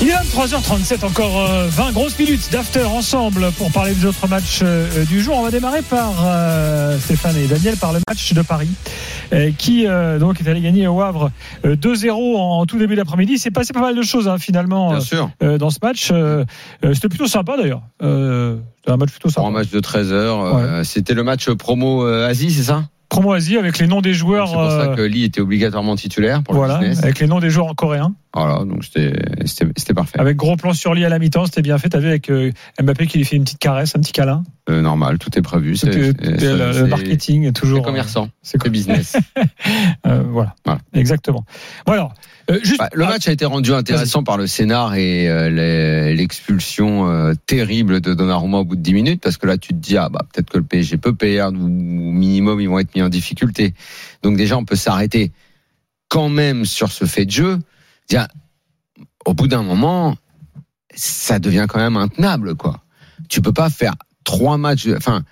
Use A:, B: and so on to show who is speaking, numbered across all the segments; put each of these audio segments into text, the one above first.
A: Il est 3h37, encore euh, 20 grosses minutes d'after ensemble pour parler des autres matchs euh, du jour. On va démarrer par euh, Stéphane et Daniel par le match de Paris euh, qui euh, donc est allé gagner au Havre euh, 2-0 en tout début d'après-midi. Il s'est passé pas mal de choses hein, finalement
B: Bien
A: euh,
B: sûr.
A: euh, dans ce match. Euh, euh, C'était plutôt sympa d'ailleurs. Euh, C'était un match plutôt
B: Pour
A: sympa.
B: un match de 13 heures. euh, C'était le match promo euh, Asie, c'est ça
A: Promo Asie avec les noms des
B: Donc,
A: joueurs.
B: C'est pour ça
A: euh,
B: que Lee était obligatoirement titulaire pour
A: voilà,
B: le business.
A: avec les noms des joueurs en coréen,
B: Voilà, donc c'était c'était- c'était parfait.
A: avec gros plan sur lui à la mi-temps, c'était bien fait. T'as vu avec euh, Mbappé qui lui fait une petite caresse, un petit câlin.
B: Euh, normal, tout est prévu.
A: Tout
B: C'est
A: est-
B: c'est-
A: tout est-
B: c'est-
A: le, le
B: c'est-
A: marketing est
B: C'est
A: toujours.
B: commerçant,
A: euh, C'est
B: c'est business.
A: Euh, voilà.
B: Voilà.
A: Exactement. Voilà. Euh, juste.
B: Bah, le match a été rendu intéressant par le scénar et euh, les- l'expulsion euh, terrible de Donnarumma au bout de 10 minutes parce que là tu te dis ah bah peut-être que le PSG peut perdre ou au minimum ils vont être mis en difficulté. Donc déjà on peut s'arrêter quand même sur ce fait de jeu. Dire, au bout d'un moment ça devient quand même intenable quoi. Tu peux pas faire trois matchs. Enfin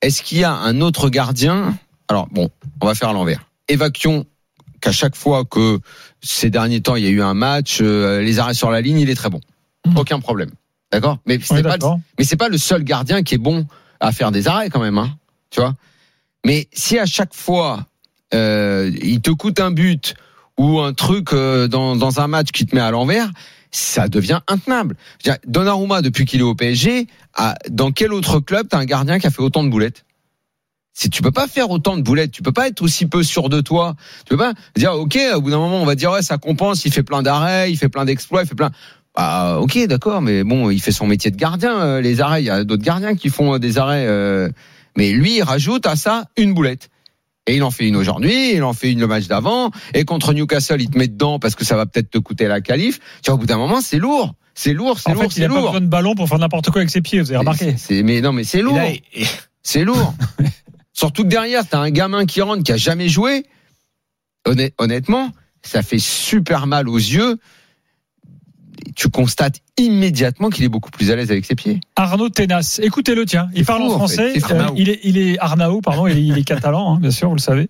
B: est-ce qu'il y a un autre gardien Alors bon on va faire à l'envers. Évacuons qu'à chaque fois que ces derniers temps, il y a eu un match, euh, les arrêts sur la ligne, il est très bon.
A: Mhm.
B: Aucun problème. D'accord Mais
A: on est
B: c'est pas,
A: d'accord.
B: mais c'est pas le seul gardien qui est bon à faire des arrêts quand même, hein, tu vois. Mais si à chaque fois euh, il te coûte un but ou un truc euh, dans, dans un match qui te met à l'envers, ça devient intenable. Je veux dire, Donnarumma, depuis qu'il est au PSG, à- Ah, dans quel autre club t'as un gardien qui a fait autant de boulettes si tu peux pas faire autant de boulettes, tu peux pas être aussi peu sûr de toi. Tu peux pas dire OK, au bout d'un moment on va dire ouais, ça compense, il fait plein d'arrêts, il fait plein d'exploits, il fait plein bah, OK, d'accord, mais bon, il fait son métier de gardien euh, les arrêts, il y a d'autres gardiens qui font euh, des arrêts euh, mais lui il rajoute à ça une boulette. Et il en fait une aujourd'hui, il en fait une le match d'avant et contre Newcastle, il te met dedans parce que ça va peut-être te coûter la qualif. Tu vois, au bout d'un moment, c'est lourd, c'est lourd, c'est
A: En
B: lourd,
A: fait, il
B: c'est
A: n'a pas
B: lourd.
A: besoin de ballon pour faire n'importe quoi avec ses pieds, vous avez remarqué.
B: C'est- c'est- mais non, mais c'est lourd. C'est lourd. Surtout que derrière, t'as un gamin qui rentre qui a jamais joué. Honnêt- honnêtement, ça fait super mal aux yeux. Et Tu constates immédiatement qu'il est beaucoup plus à l'aise avec ses pieds.
A: Arnaud Tenas, écoutez-le, tiens. Il
B: C'est
A: parle
B: fou,
A: en
B: en
A: français.
B: fait. C'est
A: Euh,
B: Arnaud.
A: il, est, il est Arnaud, pardon, il est, il est catalan, hein, bien sûr, vous le savez.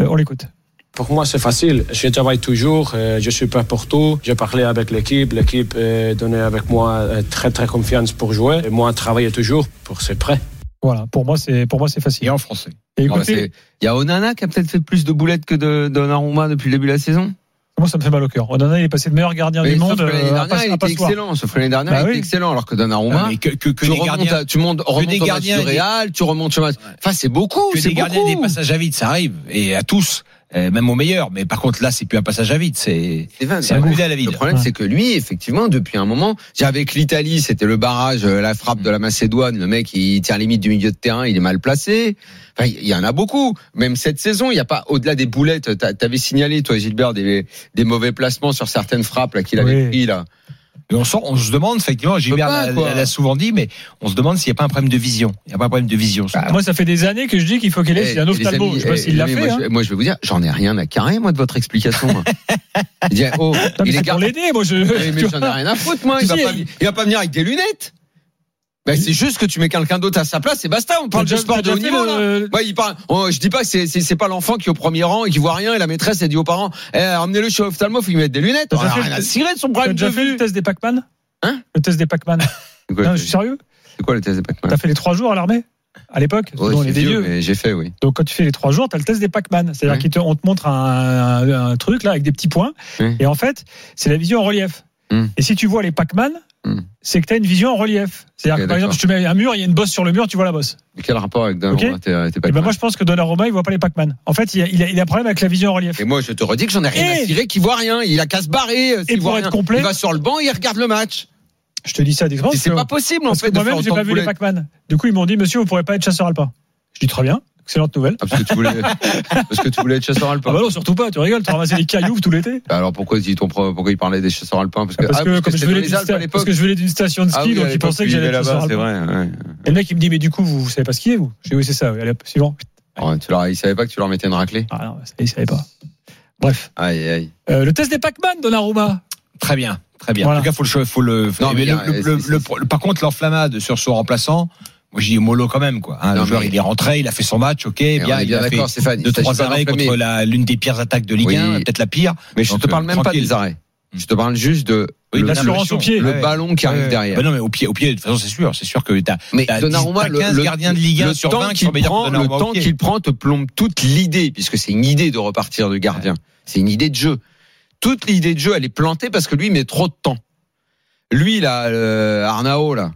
A: Euh, on l'écoute.
C: Pour moi, c'est facile. Je travaille toujours. euh, je suis prêt pour tout. J'ai parlé avec l'équipe. L'équipe euh, donnait avec moi euh, très, très confiance pour jouer. Et moi, travailler toujours pour c'est prêt.
A: Voilà, pour moi, c'est pour moi, c'est facile.
D: en français.
A: Et
B: Non,
A: écoutez,
B: c'est- Il y a Onana qui a peut-être fait plus de boulettes que de Donnarumma depuis le début de la saison.
A: moi, ça me fait mal au cœur. Onana, il est passé de meilleur gardien
B: Mais
A: du
B: sauf
A: monde.
B: que
A: euh,
B: l'année
A: à
B: dernière,
A: pas-
B: il
A: à pas
B: était
A: se voir.
B: excellent. Sauf que l'année dernière,
A: Bah
B: il
A: oui.
B: était excellent. Alors que Donnarumma,
D: Ah, que que, que
B: tu,
D: des
B: remontes
D: gardiens,
B: à- tu montes- remontes
D: des
B: au match
D: gardiens
B: du
D: et des-
B: Real, tu remontes au match. Enfin, c'est beaucoup.
D: que
B: C'est
D: des gardiens
B: beaucoup.
D: des passages à vide, ça arrive et à tous, euh, même aux meilleurs. Mais par contre là, c'est plus un passage à vide, c'est
B: C'est vingt.
D: c'est un coup à la
B: Le
D: vide.
B: problème,
A: Ouais.
B: c'est que lui, effectivement, depuis un moment, j'ai avec l'Italie, c'était le barrage, euh, la frappe de la Macédoine. Le mec, il tient limite du milieu de terrain, il est mal placé. Enfin, il y en a beaucoup. Même cette saison, il n'y a pas, au-delà des boulettes, t'a- t'avais signalé, toi, Gilbert, des, des mauvais placements sur certaines frappes là, qu'il avait
A: Oui.
B: pris, là.
D: Et on, sent- on se demande effectivement, Gilbert
B: pas,
D: l'a-
B: quoi.
D: l'a souvent dit, mais on se demande s'il n'y a pas un problème de vision. Il n'y a pas un problème de vision.
A: Bah, Moi, ça fait des années que je dis qu'il faut qu'il ait
B: Eh,
A: un
B: les
A: ophtalmo.
B: amis,
A: Je sais pas
B: eh,
A: s'il l'a
B: mais
A: fait.
B: moi,
A: hein.
B: je, moi, je vais vous dire, j'en ai rien à carrer, moi, de votre explication. moi. Il dit, oh,
A: Non, mais
B: il est
A: c'est pour
B: gardien.
A: l'aider, moi, je.
B: Oui, Eh, mais
A: tu
B: j'en ai
A: vois.
B: rien à foutre, moi. Il va,
A: Si.
B: pas, il va pas venir avec des lunettes. Ben, c'est juste que tu mets quelqu'un d'autre à sa place et basta. On parle
A: T'as
B: de
A: déjà-
B: sport de
A: t'as
B: haut
A: déjà
B: niveau,
A: fait euh,
B: là.
A: le-
B: Ouais, il parle. oh, je dis pas que c'est- c'est c'est pas l'enfant qui est au premier rang et qui voit rien et la maîtresse elle dit aux parents eh, ramenez-le chez l'ophtalmo, faut lui mettre des lunettes.
A: T'as
B: On a
A: déjà fait
B: rien
A: le-
B: à cirer de son
A: T'as
B: problème de
A: déjà fait le
B: vue.
A: test des Pac-Man
B: Hein
A: Le test des Pac-Man.
B: C'est quoi,
A: Non,
B: le-
A: je suis sérieux.
B: c'est quoi le test des Pac-Man
A: T'as fait les trois jours à l'armée à l'époque, parce que
B: Ouais,
A: nous, on
B: c'est
A: est des
B: vieux,
A: vieux.
B: mais j'ai fait, oui.
A: Donc quand tu fais les trois jours, t'as le test des Pac-Man, c'est-à-dire
B: Ouais.
A: qu'ils te- on te montre un, un- un truc là avec des petits points,
B: Ouais.
A: et en fait c'est la vision en relief.
B: Hmm.
A: Et si tu vois les Pac-Man,
B: Hmm.
A: c'est que t'as une vision en relief. C'est-à-dire
B: Ok,
A: que par exemple,
B: d'accord.
A: si tu mets un mur, il y a une bosse sur le mur, tu vois la bosse.
B: Quel rapport avec Donnarumma
A: Ok.
B: t'es- t'es
A: Et ben
B: Pac-Man
A: moi je pense que Donnarumma il voit pas les Pac-Man. En fait il a, il a- il a un problème avec la vision en relief.
B: Et moi, je te redis que j'en ai rien
A: Et-
B: à cirer, qu'il voit rien. Il a qu'à se barrer. euh, s'il
A: Eh pour
B: voit
A: être
B: rien.
A: complet-
B: Il va sur le banc, il regarde le match.
A: Je te dis ça d'exemple.
B: C'est pas possible, en
A: Parce que
B: fait, de faire
A: moi-même j'ai
B: autant
A: pas
B: de
A: vu les
B: boulettes.
A: Pac-Man. Du coup ils m'ont dit monsieur vous pourrez pas être chasseur alpin. Je dis très bien. Excellente nouvelle.
B: Ah, parce que tu voulais, parce que tu voulais être chasseur alpin.
A: Ah bah non, surtout pas, tu rigoles, t'as ramassé des cailloux tout l'été.
B: Bah Alors pourquoi ils, t'ont pro- pourquoi ils parlaient des chasseurs alpins Parce que,
A: Parce
B: ah,
A: que, comme je
B: c'était dans
A: venais
B: les
A: d'une
B: Alpes
A: sta-
B: à
A: parce
B: l'époque.
A: que je venais d'une station de ski,
B: Ah oui, à
A: donc ils
B: l'époque,
A: pensaient que
B: tu vivais
A: j'allais être
B: là-bas,
A: chasseur
B: c'est
A: alpin.
B: vrai. ouais.
A: Et le mec, il me dit, mais du coup, vous, vous savez pas skier, vous J'ai dit, oui, c'est ça, oui. allez, hop, suivant.
B: Ouais, tu leur, ils savaient pas que tu leur mettais une raclée.
A: Ah non, ça, il savait pas. Bref.
B: Aïe aïe.
A: Euh, le test des Pac-Man, Donnarumma.
D: Très bien, très bien.
A: Voilà.
D: En tout cas, faut le, cho- faut le.
B: Non, mais
D: mais le-
B: bien,
D: le-
B: eh,
D: le-
B: c'est-
D: le-
B: c'est-
D: le- par contre, l'enflammade sur son remplaçant, moi j'y ai mollo quand même quoi. hein.
B: Non,
D: le joueur
B: mais-
D: il est rentré, il a fait son match, ok,
B: Et on
D: bien,
B: est
D: il
B: bien
D: a fait
B: d'accord, Stéphane. il
D: deux
B: s'agit
D: trois
B: pas
D: arrêts
B: d'enflammer.
D: contre la- l'une des pires attaques de Ligue 1,
B: Oui.
D: peut-être la pire.
B: Mais je
D: Donc,
B: te parle
D: euh,
B: même pas
D: tranquille.
B: des arrêts. Je te parle juste de
D: Oui,
B: le,
D: la
A: L'assurance au
D: solution.
A: pied.
B: le
D: Ouais.
B: ballon qui arrive
D: Ouais.
B: derrière.
D: Bah non, mais au pied, au pied, de toute façon, c'est sûr, c'est sûr que t'as.
B: Mais
D: T'as
B: Donnarumma,
D: 10, t'as 15 gardiens de Ligue 1
B: le
D: sur
B: temps
D: 20 qui
B: qu'il
D: sont meilleurs que
B: prend, le
D: Donnarumma au
B: temps
D: pied.
B: qu'il prend te plombe toute l'idée, puisque c'est une idée de repartir du gardien. C'est une idée de jeu. Toute l'idée de jeu, elle est plantée parce que lui il met trop de temps. Lui, là, euh, Arnao, là.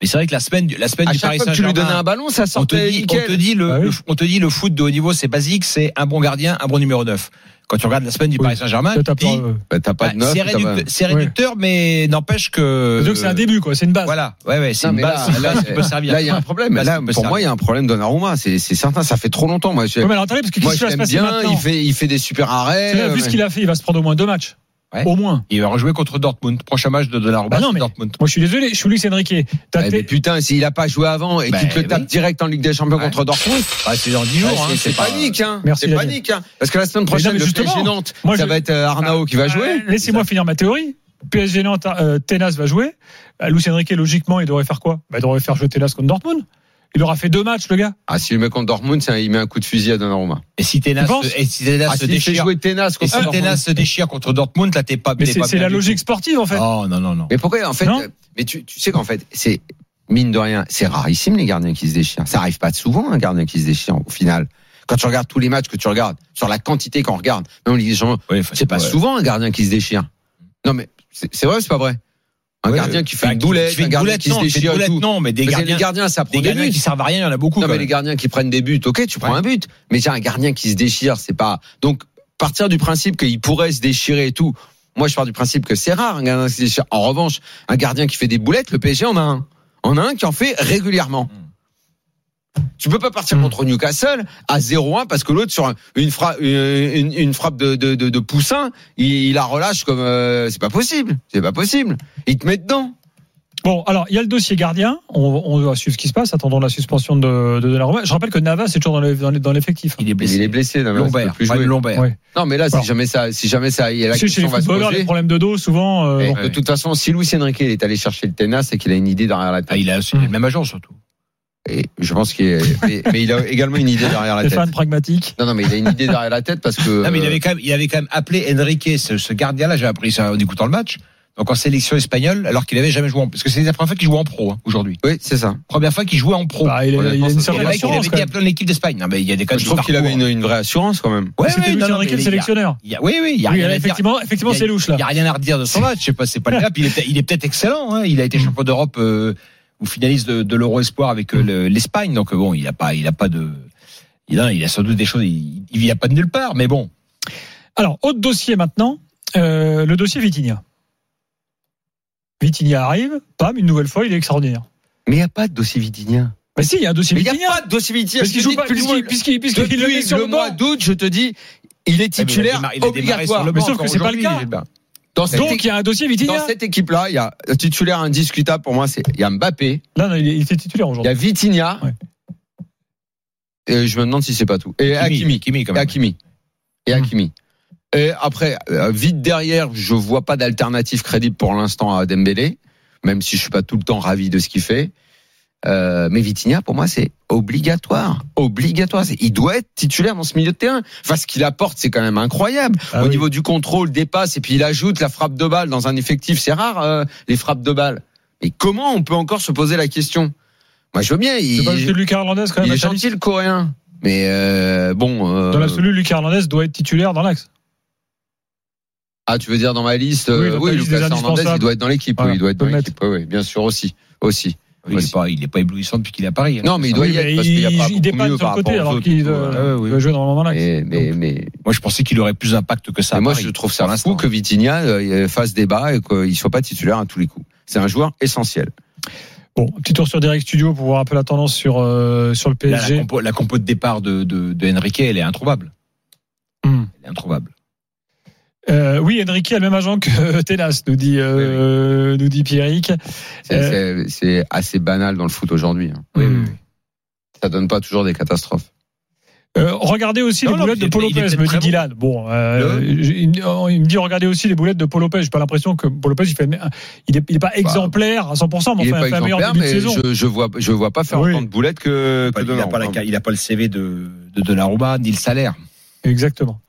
D: Mais c'est vrai que la semaine, du- la semaine
B: À
D: du
B: chaque
D: Paris
B: fois que tu lui
D: Saint-Germain.
B: donnais un ballon, ça
D: on te,
B: sortait
D: dit, on,
B: nickel.
D: te dit le,
A: Bah oui.
D: le f- on te dit le foot de haut niveau, c'est basique, c'est un bon gardien, un bon numéro 9. Quand tu regardes la semaine du
A: Oui.
D: Paris Saint-Germain,
A: Peut-être
D: tu
A: un
D: dis,
A: peu, euh,
B: Bah, t'as pas
D: bah,
B: de neuf,
D: c'est
B: t'as pas-
D: réducteur, c'est réducteur, mais n'empêche que.
A: disons que c'est un début, quoi, c'est une base.
D: Voilà, ouais, ouais, c'est
B: Non,
D: une
B: mais
D: base,
B: là-
D: une
B: là,
D: base qui
B: c'est-
D: peut servir.
B: Là, il y a un problème.
D: Parce
B: Là,
D: qu'il peut
B: pour moi, il y a un problème Donnarumma. C'est c'est certain, ça fait trop longtemps. Moi, je,
A: Ouais, mais alors, attendez, parce que
B: moi,
A: qu'est-ce qui
B: je
A: va se
B: l'aime
A: passer
B: bien.
A: maintenant
B: Il fait, euh, il fait des super
A: Tu sais,
B: arrêts.
A: Vu ce
B: mais-
A: qu'il a fait, il va se prendre au moins deux matchs.
D: Ouais.
A: Au moins.
D: Il va rejouer contre Dortmund, prochain match de Donnarumma
A: Bah non,
D: c'est
A: mais-
D: Dortmund.
A: Moi, je suis désolé, je suis Luis Enrique. T'as
B: Eh, mais
A: tes-
B: putain, s'il a pas joué avant et
D: Bah,
B: qu'il te le tape
D: oui.
B: direct en Ligue des Champions
D: Ouais.
B: contre Dortmund,
D: Ouais, c'est dans 10 jours,
B: Ouais,
D: hein,
B: Ah, c'est- c'est panique, hein.
A: Merci,
B: C'est
A: Daniel.
B: panique, hein. Parce que la semaine
A: Mais
B: prochaine,
A: non, mais
B: le PSG
A: justement,
B: Nantes,
A: moi,
B: ça
A: je-
B: va être euh, Arnao
D: Ah
B: qui va jouer.
A: Euh, Laissez-moi finir ma théorie. PSG Nantes, euh, Tenas va jouer. Euh, Luis Enrique, logiquement, il devrait faire quoi bah, Il devrait faire jouer Tenas contre Dortmund. Il aura fait deux matchs, le gars.
B: Ah, si le mec contre Dortmund, ça, il met un coup de fusil à Donnarumma.
D: Et si Ténas
A: Tu penses
D: se- et si Ténas
B: Ah,
D: Ah, se
B: s'il fait
D: déchire,
B: jouer Ténas
D: et
B: contre
D: si Ténas
B: Dortmund.
D: se déchire contre Dortmund, là, t'es pas,
A: Mais
D: t'es
A: c'est
D: pas
A: c'est
D: bien
A: la
D: du
A: logique sportive, en
D: tout.
A: fait.
D: Oh, non, non, non.
B: Mais pourquoi, en fait,
A: Non.
B: euh, mais tu, tu sais qu'en fait, c'est, mine de rien, c'est rarissime les gardiens qui se déchirent. Ça arrive pas souvent, un gardien qui se déchire, au final. Quand tu regardes tous les matchs que tu regardes, sur la quantité qu'on regarde, même en Ligue des Champions,
D: Ouais, enfin,
B: c'est pas
D: ouais.
B: souvent un gardien qui se déchire. Non, mais c'est c'est vrai ou c'est pas vrai? Un
D: Ouais,
B: gardien qui fait
D: Enfin,
B: une boulette,
D: qui fait
B: un
D: une
B: gardien
D: boulette,
B: qui se
D: non, qui fait une
B: déchire et
D: boulette,
B: tout.
D: non, mais des
B: Parce que
D: gardiens,
B: les gardiens, ça prend
D: des
B: des
D: gardiens
B: buts.
D: qui servent à rien, il y en a beaucoup.
B: Non,
D: quand
B: mais
D: même.
B: les gardiens qui prennent des buts, ok, tu prends
D: Ouais.
B: un but. Mais j'ai un gardien qui se déchire, c'est pas. Donc, partir du principe qu'il pourrait se déchirer et tout. Moi, je pars du principe que c'est rare un gardien qui se déchire. En revanche, un gardien qui fait des boulettes, le PSG en a un. En a un qui en fait régulièrement.
D: Hmm.
B: Tu peux pas partir contre Newcastle à 0-1 parce que l'autre sur un- une, fra- une, une frappe de, de, de, de poussin, il, il la relâche comme euh, c'est pas possible, c'est pas possible. Il te met dedans.
A: Bon, alors, il y a le dossier gardien. On, on doit suivre ce qui se passe. Attendons la suspension de, de Donnarumma. Je rappelle que Navas est toujours dans le- dans le- dans l'effectif.
D: Il est
B: Mais
D: blessé.
B: il est blessé, non, mais là, il peut
D: Lombaire,
B: plus
D: problème
B: jouer.
D: lombaire.
A: Ouais.
B: Non, mais là, si
A: Alors.
B: jamais ça, si jamais ça, il y a la
A: Tu sais, chez
B: question
A: les
B: va se
A: footballeurs, les
B: poser.
A: problèmes de dos, souvent. euh,
B: Et
A: bon.
B: De toute façon, si Luis Enrique est allé chercher le ténas, c'est qu'il a une idée derrière la
D: Ah,
B: tête.
D: il a c'est le même agent surtout.
B: Et je pense qu'il est... mais, mais il a également une idée derrière la tête.
A: Stéphane, pragmatique.
B: Non, non, mais il a une idée derrière la tête parce que.
D: Non, Ah, mais il
B: euh,
D: avait quand même, il avait quand même appelé Enrique, ce, ce gardien-là, j'ai appris ça en écoutant le match. Donc en sélection espagnole, alors qu'il avait jamais joué en, parce que c'est la première fois qu'il joue en pro hein, aujourd'hui.
B: Oui, c'est ça.
D: Première fois qu'il jouait en pro.
A: Bah, il, a, il a
B: honnêtement,
A: une
B: ça,
A: certaine
D: Et le mec, il
A: assurance, quand
D: avait été
A: même. Bah,
D: appelé en équipe d'Espagne. Non, mais il y a des cas
B: je trouve qu'il avait une, une vraie assurance quand même.
D: Ouais,
A: C'était
D: ouais,
A: Luis
D: non, non, mais
A: Enrique, le
D: il y a-
A: sélectionneur.
D: il y a- Oui, oui, il y a
A: Oui,
D: rien à dire.
A: effectivement, effectivement
D: Il y a-
A: c'est louche,
D: Il
A: là.
D: n'y a rien à redire de son match. Je sais pas, c'est pas le cas. Puis il est, peut- il est peut-être excellent. hein. Il a été
B: Mm.
D: champion d'Europe euh, ou finaliste de, de l'Euro Espoir avec
B: Mm.
D: euh, le- l'Espagne. Donc euh, bon, il a pas, il a pas de, il a, il a sans doute des choses. Il, il a pas de nulle part. Mais bon,
A: Alors, autre dossier maintenant, euh, le dossier Vitinha. Vitinha arrive, pam, une nouvelle fois, il est extraordinaire.
B: Mais il n'y a pas de dossier Vitinha.
A: Mais si, il y a un dossier
B: Mais il n'y a
A: Vitinha
B: pas de dossier Vitinha.
A: parce qu'il
B: Je
A: joue
B: te dis
A: pas,
B: depuis le
A: puisqu'il
B: mois-
A: puisqu'il- puisqu'il
B: depuis
A: le met sur
B: le
A: le banc.
B: mois d'août, je te dis, il est
D: Ah, mais il a
B: titulaire
D: démarré- il a démarré sur
B: obligatoire.
D: le
A: Mais sauf que c'est pas le
D: Aujourd'hui,
A: cas.
D: il est là.
B: Dans cette,
A: Donc, il
B: équipe-
A: y a un dossier Vitinha.
B: dans cette équipe-là, il y a un titulaire indiscutable pour moi, c'est il y a Mbappé.
A: Là, non, il est- il était titulaire
B: Il y
A: aujourd'hui.
B: a Vitinha.
A: Ouais.
B: Et je me demande si c'est pas tout. Et Hakimi.
D: Kimi quand
B: Et
D: même.
B: Hakimi. Hmm. Et Hakimi. Et après, euh, vite derrière, je vois pas d'alternative crédible pour l'instant à Dembélé, même si je suis pas tout le temps ravi de ce qu'il fait. Euh, mais Vitinha, pour moi, c'est obligatoire, obligatoire. C'est- Il doit être titulaire dans ce milieu de terrain. Enfin, ce qu'il apporte, c'est quand même incroyable.
A: Ah
B: Au
A: oui.
B: niveau du contrôle, des passes, et puis il ajoute la frappe de balle dans un effectif. C'est rare euh, les frappes de balle. Mais comment on peut encore se poser la question Moi, je veux bien.
A: C'est
B: Il,
A: pas juste Lucas Hernandez quand même.
B: il est
A: à sa
B: gentil
A: liste.
B: le Coréen, mais euh, bon. euh,
A: Dans l'absolu, Lucas Hernandez doit être titulaire dans l'axe.
B: Ah, tu veux dire dans ma liste
A: Oui,
B: euh,
A: dans ta
B: Oui,
A: liste des
B: Lucas Hernandez,
A: indispensables.
B: il doit être dans l'équipe.
A: Voilà,
B: oui, il doit être
A: faut
B: dans
A: le
B: l'équipe. Oui, oui, bien sûr aussi, aussi.
D: Il est pas, il est pas éblouissant depuis qu'il est à Paris. hein.
B: Non, mais il doit
A: Oui,
B: y être
A: mais
B: parce qu'il n'y a pas
A: il, il
B: beaucoup
A: dépanne
B: mieux
A: sur
B: par
A: le côté
B: rapport aux
A: alors
B: autres. Ah,
A: qu'il
B: Voilà.
A: euh, doit jouer normalement dans l'axe.
B: Mais, mais, mais,
D: Moi, je pensais qu'il aurait plus d'impact que
B: mais
D: ça. à
B: Ah, moi,
D: Paris,
B: je trouve
D: pour
B: ça
D: l'instant.
B: fou que Vitinha euh, fasse débat et qu'il soit pas titulaire à tous les coups. C'est un joueur essentiel.
A: Bon, un petit tour sur Direct Studio pour voir un peu la tendance sur, euh, sur le
D: Là, la,
A: PSG.
D: compo, la compo de départ de, de, de Enrique, elle est introuvable.
A: Hmm.
D: Elle est introuvable.
A: Euh, oui, Enrique a le même agent que Télas, nous dit,
D: Eh
A: euh, nous dit Pierrick.
B: C'est- C'est c'est assez banal dans le foot aujourd'hui. hein.
A: Euh, Oui, oui,
B: Ça donne pas toujours des catastrophes.
A: Euh, regardez aussi
D: Non,
A: les
D: non,
A: boulettes
D: il est-
A: de Paul
D: il est
A: Lopez,
D: peut-être
A: me
D: très
A: dit
D: bon. Ah
A: Dylan. Bon, euh, j'ai- il, il me dit regardez aussi les boulettes de Paul Lopez. J'ai pas l'impression que Paul Lopez, il fait, il est, il est
D: Bah,
A: pas exemplaire à 100%, mais
B: il est
A: enfin, il
B: pas
A: fait un meilleur
B: exemplaire,
A: début de
B: mais
A: saison.
B: je, je vois, je vois pas faire
A: Oui.
B: autant de boulettes que, hein. que
D: Bah, Il n'a
B: Donnarumma.
D: pas, la- il a pas le CV de, de Donnarumma, ni le salaire.
A: Exactement.